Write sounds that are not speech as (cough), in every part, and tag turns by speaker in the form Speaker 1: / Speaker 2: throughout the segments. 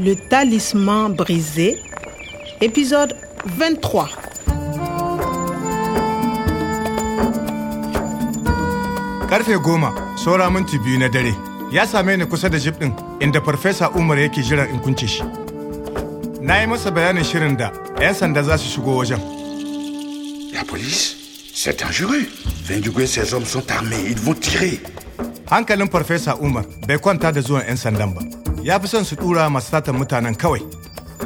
Speaker 1: Le talisman brisé, épisode 23.
Speaker 2: Karfe goma, saura minti biyu na dare, ya same ni kusa da jib ɗin inda Farfesa Umar yake jiran in kunce shi. Na yi masa bayanin shirin da 'yan sanda za su shigo wajen.
Speaker 3: La police C'est dangereux. Vendugo et ses hommes sont armés, ils vont tirer.
Speaker 2: Hankalin Farfesa Umar bai kwanta da zuwan 'yan sandan ba. Ya fi son su ɗura masu satan mutanen kawai.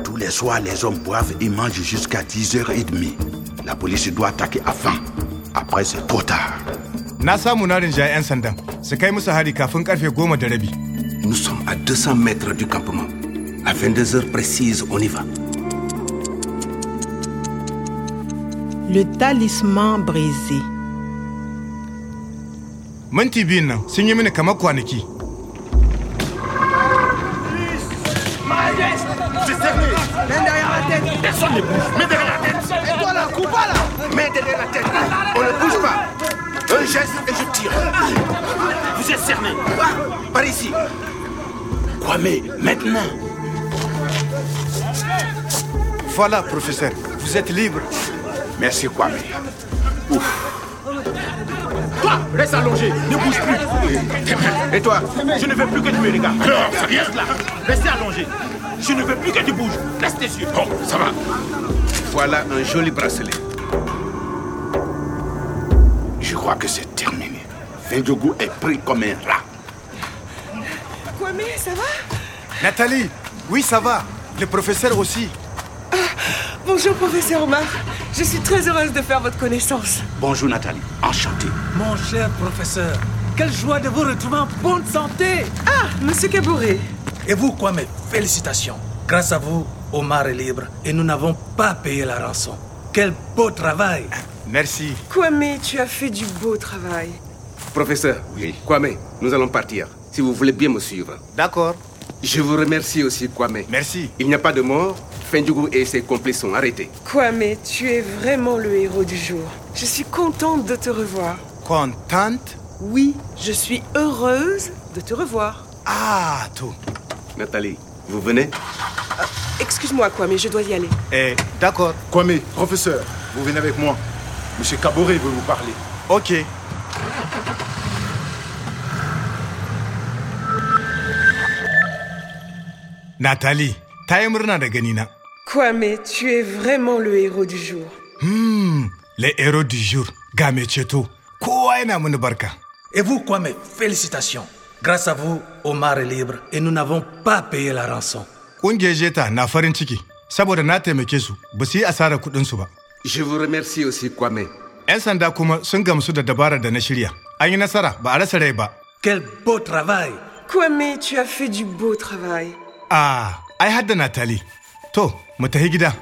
Speaker 3: Tous les soirs, les hommes boivent et mangent jusqu'à 10h30. La police doit attaquer avant. Après, c'est trop tard.
Speaker 2: Na samu na rinjaye 'yan sandan su kai musu hari kafin karfe goma da rabi.
Speaker 4: Nous sommes à 200 mètres du campement. À 22 heures précises, on y va.
Speaker 1: Le talisman brisé.
Speaker 2: Minti biyun nan sun yi mini kamar kwanaki.
Speaker 3: Mets derrière la tête. On ne bouge pas. Un geste et je tire.
Speaker 5: Vous êtes cerné.
Speaker 3: Ah, par ici. Kwame, maintenant.
Speaker 2: Voilà, professeur, vous êtes libre.
Speaker 3: Merci, Kwame.
Speaker 5: Toi, reste allongé, ne bouge plus.
Speaker 3: Et toi
Speaker 5: Je ne veux plus que tu me regardes. Reste là, restez allongé. Je ne veux plus que tu bouges. Reste tes yeux. Bon, ça va.
Speaker 3: Voilà un joli bracelet. Je crois que c'est terminé. Vendugo est pris comme un rat.
Speaker 6: Kwame, ça va
Speaker 2: Nathalie, oui, ça va. Le professeur aussi.
Speaker 6: Bonjour, professeur Omar. Je suis très heureuse de faire votre connaissance.
Speaker 3: Bonjour, Nathalie. Enchanté.
Speaker 7: Mon cher professeur, quelle joie de vous retrouver en bonne santé
Speaker 6: Ah, monsieur Caboret.
Speaker 7: Et vous, quoi, mes félicitations Grâce à vous, Omar est libre et nous n'avons pas payé la rançon. Quel beau travail
Speaker 2: Merci.
Speaker 6: Kwame, tu as fait du beau travail.
Speaker 8: Professeur,
Speaker 3: Oui.
Speaker 8: Kwame, nous allons partir. Si vous voulez bien me suivre.
Speaker 2: D'accord.
Speaker 8: Je vous remercie aussi, Kwame.
Speaker 2: Merci.
Speaker 8: Il n'y a pas de mort. Fendjougou et ses complices sont arrêtés.
Speaker 6: Kwame, tu es vraiment le héros du jour. Je suis contente de te revoir.
Speaker 2: Contente?
Speaker 6: Oui, je suis heureuse de te revoir.
Speaker 2: Ah, tout.
Speaker 8: Nathalie, vous venez
Speaker 6: Excuse-moi, Kwame, je dois y aller.
Speaker 2: Eh, d'accord.
Speaker 9: Kwame, professeur, vous venez avec moi. Monsieur Caboret veut vous parler.
Speaker 2: Ok. Nathalie, ta yi murna da ganina.
Speaker 6: Kwame, tu es vraiment le héros du jour.
Speaker 2: Hmm, le hero du jour, ga mai ceto. Kowa yana mini barka.
Speaker 7: Et vous, quoi, mes félicitations Grâce à vous, Omar est libre et nous n'avons pas payé la rançon.
Speaker 2: Ƙungiyar Jeta na farin ciki, saboda na taimake su, ba su yi asarar kuɗinsu ba.
Speaker 8: Je vous remercie aussi, Kwame.
Speaker 2: 'Yan sanda kuma sun gamsu da dabarar da na shirya. An yi nasara, ba a rasa rai ba.
Speaker 7: Quel beau travail
Speaker 6: Kwame, tu as fait du beau travail.
Speaker 2: Ah, ai hadda Natali. To, mu tafi gida.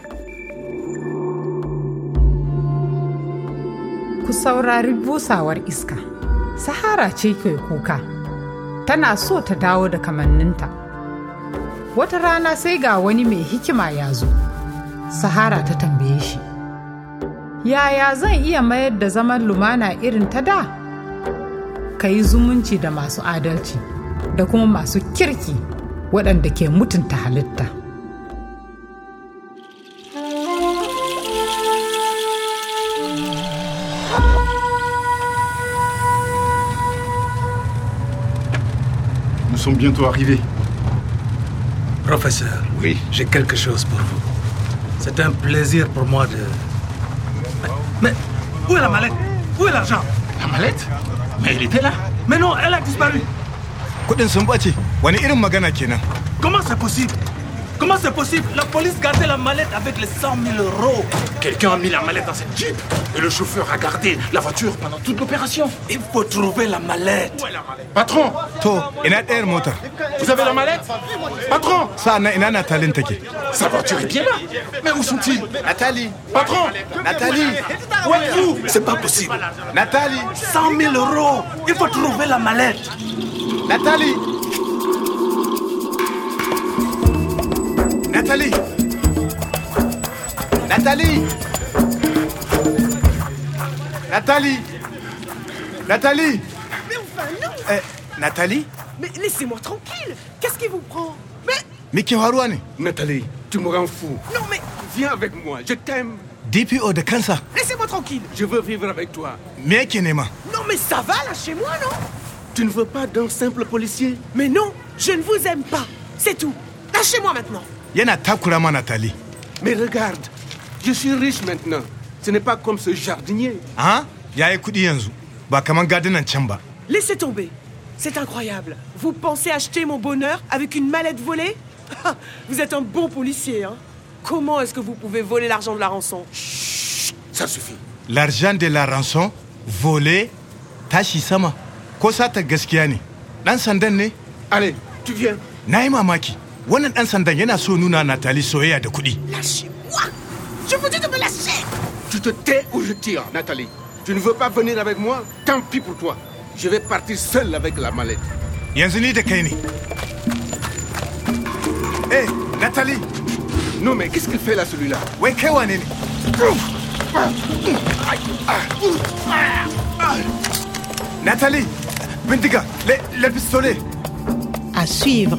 Speaker 10: ku saurari busawar iska sahara ce ke kuka tana so ta dawo da kamanninta wata rana sai ga wani mai hikima ya zo sahara ta tambaye shi yaya zan iya mayar da zaman lumana irin ta da ka yi zumunci da masu adalci da kuma masu kirki waɗanda ke mutunta halitta
Speaker 9: Nous sommes bientôt arrivés.
Speaker 7: Professeur,
Speaker 3: Oui.
Speaker 7: j'ai quelque chose pour vous. C'est un plaisir pour moi de... Mais, mais où est la mallette Où est l'argent
Speaker 3: La mallette Mais il était là.
Speaker 7: Mais non, elle a disparu
Speaker 2: Kuɗin sun ɓace, wani irin magana kenan.
Speaker 7: Comment c'est possible Comment c'est possible La police gardait la mallette avec les 100 000 euros.
Speaker 5: Quelqu'un a mis la mallette dans cette jeep et le chauffeur a gardé la voiture pendant toute l'opération.
Speaker 7: Il faut trouver la mallette.
Speaker 9: Patron,
Speaker 2: To, ina ɗayar motar.
Speaker 9: vous avez la mallette Patron,
Speaker 2: Sa'annan ina Natalin take.
Speaker 5: Sa voiture est bien là.
Speaker 9: mais où sont-ils
Speaker 2: Natali,
Speaker 9: Patron,
Speaker 2: Natali,
Speaker 7: Où êtes-vous C'est pas possible.
Speaker 2: Natali,
Speaker 7: 100 000 euros. Il faut trouver la mallette.
Speaker 2: Natali. Natali. Natali. Natali. Natali.
Speaker 6: Mais enfin, non
Speaker 2: Eh, Natali
Speaker 6: Mais laissez-moi tranquille Qu'est-ce qui vous prend Mais
Speaker 2: Me ke faruwa ne?
Speaker 8: Nathalie, tu me rends fou.
Speaker 6: Non mais
Speaker 8: Viens avec moi, je t'aime.
Speaker 2: DPO da kansa,
Speaker 6: laissez-moi tranquille.
Speaker 8: Je veux vivre avec toi.
Speaker 2: me yake nema?
Speaker 6: Non mais ça va lâchez-moi non
Speaker 8: Tu ne veux pas d'un simple policier
Speaker 6: Mais non, je ne vous aime pas. C'est tout. Lâchez-moi maintenant.
Speaker 2: Yana takura ma Nathalie.
Speaker 8: Mais regarde, je suis riche maintenant. Ce n'est pas comme ce jardinier.
Speaker 2: Ah, ya yi kuɗi yanzu, ba kaman gadinan can ba.
Speaker 6: Laissez tomber. C'est incroyable. Vous pensez acheter mon bonheur avec une mallette volée (laughs) Ah, Vous êtes un bon policier, hein Comment est-ce que vous pouvez voler l'argent de la rançon
Speaker 8: Ça suffit.
Speaker 2: L'argent de la rançon, volé, tashi sama, ko sata gaskiya ne, ɗan sandan ne?
Speaker 8: Allez, tu viens.
Speaker 2: Na yi mamaki, wannan ɗan sandan yana so nuna Nathalie soyayya da kuɗi.
Speaker 6: Lâchez-moi Je vous dis de me lâcher
Speaker 8: Tu te tais ou je tire, Nathalie. Tu ne veux pas venir avec moi Tant pis pour toi. Je vais partir seul avec la mallette.
Speaker 2: Yanzu ni da kai ne. Eh, Nathalie,
Speaker 8: Non, mais qu'est-ce qu'il fait là, celui-là
Speaker 2: wai kai wane ne? Nathalie, bindiga, le, le pistolet.
Speaker 1: À suivre.